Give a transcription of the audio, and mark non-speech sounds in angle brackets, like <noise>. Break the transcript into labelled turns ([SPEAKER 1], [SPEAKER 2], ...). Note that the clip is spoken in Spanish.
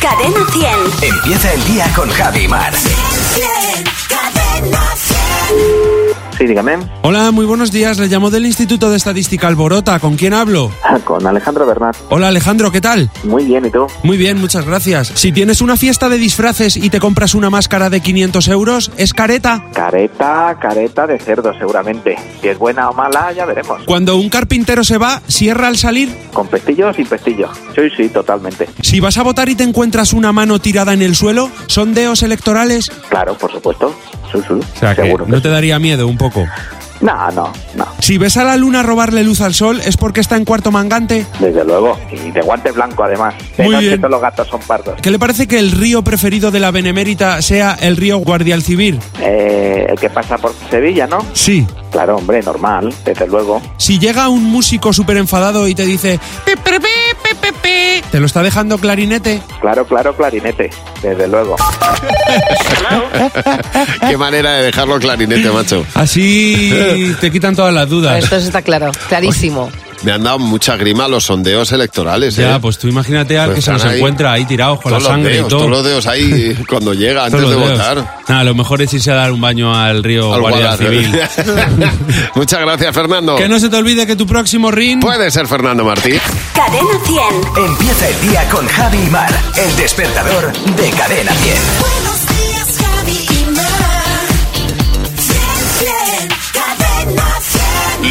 [SPEAKER 1] Cadena 100.
[SPEAKER 2] Empieza el día con Javi Mar.
[SPEAKER 1] Cadena 100.
[SPEAKER 3] Sí, dígame.
[SPEAKER 4] Hola, muy buenos días. Le llamo del Instituto de Estadística Alborota. ¿Con quién hablo?
[SPEAKER 3] Ah, Con Alejandro Bernat.
[SPEAKER 4] Hola, Alejandro, ¿qué tal?
[SPEAKER 3] Muy bien, ¿y tú?
[SPEAKER 4] Muy bien, muchas gracias. Si tienes una fiesta de disfraces y te compras una máscara de 500 euros, ¿es careta?
[SPEAKER 3] Careta, careta de cerdo, seguramente. Si es buena o mala, ya veremos.
[SPEAKER 4] Cuando un carpintero se va, ¿cierra al salir?
[SPEAKER 3] ¿Con pestillo o sin pestillo? Sí, sí, totalmente.
[SPEAKER 4] Si vas a votar y te encuentras una mano tirada en el suelo, ¿sondeos electorales?
[SPEAKER 3] Claro, por supuesto. Sí, sí,
[SPEAKER 4] O sea, que
[SPEAKER 3] seguro. que
[SPEAKER 4] no
[SPEAKER 3] sí.
[SPEAKER 4] te daría miedo un poco.
[SPEAKER 3] No, no, no.
[SPEAKER 4] Si ves a la luna robarle luz al sol, ¿es porque está en cuarto mangante?
[SPEAKER 3] Desde luego. Y de guante blanco, además. De
[SPEAKER 4] Muy
[SPEAKER 3] noche
[SPEAKER 4] bien.
[SPEAKER 3] todos los gatos son pardos.
[SPEAKER 4] ¿Qué le parece que el río preferido de la Benemérita sea el río Guardialcivir?
[SPEAKER 3] Eh, el que pasa por Sevilla, ¿no?
[SPEAKER 4] Sí.
[SPEAKER 3] Claro, hombre, normal, desde luego.
[SPEAKER 4] Si llega un músico súper enfadado y te dice "Pe, pe, pe, pe, pe, pe", te lo está dejando clarinete.
[SPEAKER 3] Claro, claro, clarinete, desde luego.
[SPEAKER 5] Qué manera de dejarlo clarinete, macho.
[SPEAKER 4] <laughs> Así te quitan todas las dudas.
[SPEAKER 6] Esto está claro, clarísimo.
[SPEAKER 5] Me han dado mucha grima los sondeos electorales. ¿eh?
[SPEAKER 4] Ya, pues tú imagínate al
[SPEAKER 5] Pues
[SPEAKER 4] que se nos
[SPEAKER 5] están ahí.
[SPEAKER 4] encuentra ahí tirados con
[SPEAKER 5] Todos
[SPEAKER 4] la
[SPEAKER 5] los
[SPEAKER 4] sangre
[SPEAKER 5] dedos,
[SPEAKER 4] y todo.
[SPEAKER 5] Todos los
[SPEAKER 4] <laughs>
[SPEAKER 5] dedos ahí cuando llega, antes
[SPEAKER 4] Todos
[SPEAKER 5] de
[SPEAKER 4] los dedos.
[SPEAKER 5] votar.
[SPEAKER 4] Nada, lo mejor es irse a dar un baño al río
[SPEAKER 5] Al
[SPEAKER 4] Guardia <laughs>
[SPEAKER 5] guardar.
[SPEAKER 4] Civil.
[SPEAKER 5] <laughs> Muchas gracias, Fernando.
[SPEAKER 4] que no se te olvide que tu próximo ring...
[SPEAKER 5] Puede ser Fernando Martí.
[SPEAKER 1] Cadena 100.
[SPEAKER 2] Empieza el día con Javi Mar. El despertador de Cadena 100.
[SPEAKER 1] Buenos días, Javi y Mar. 100, 100, Cadena 100.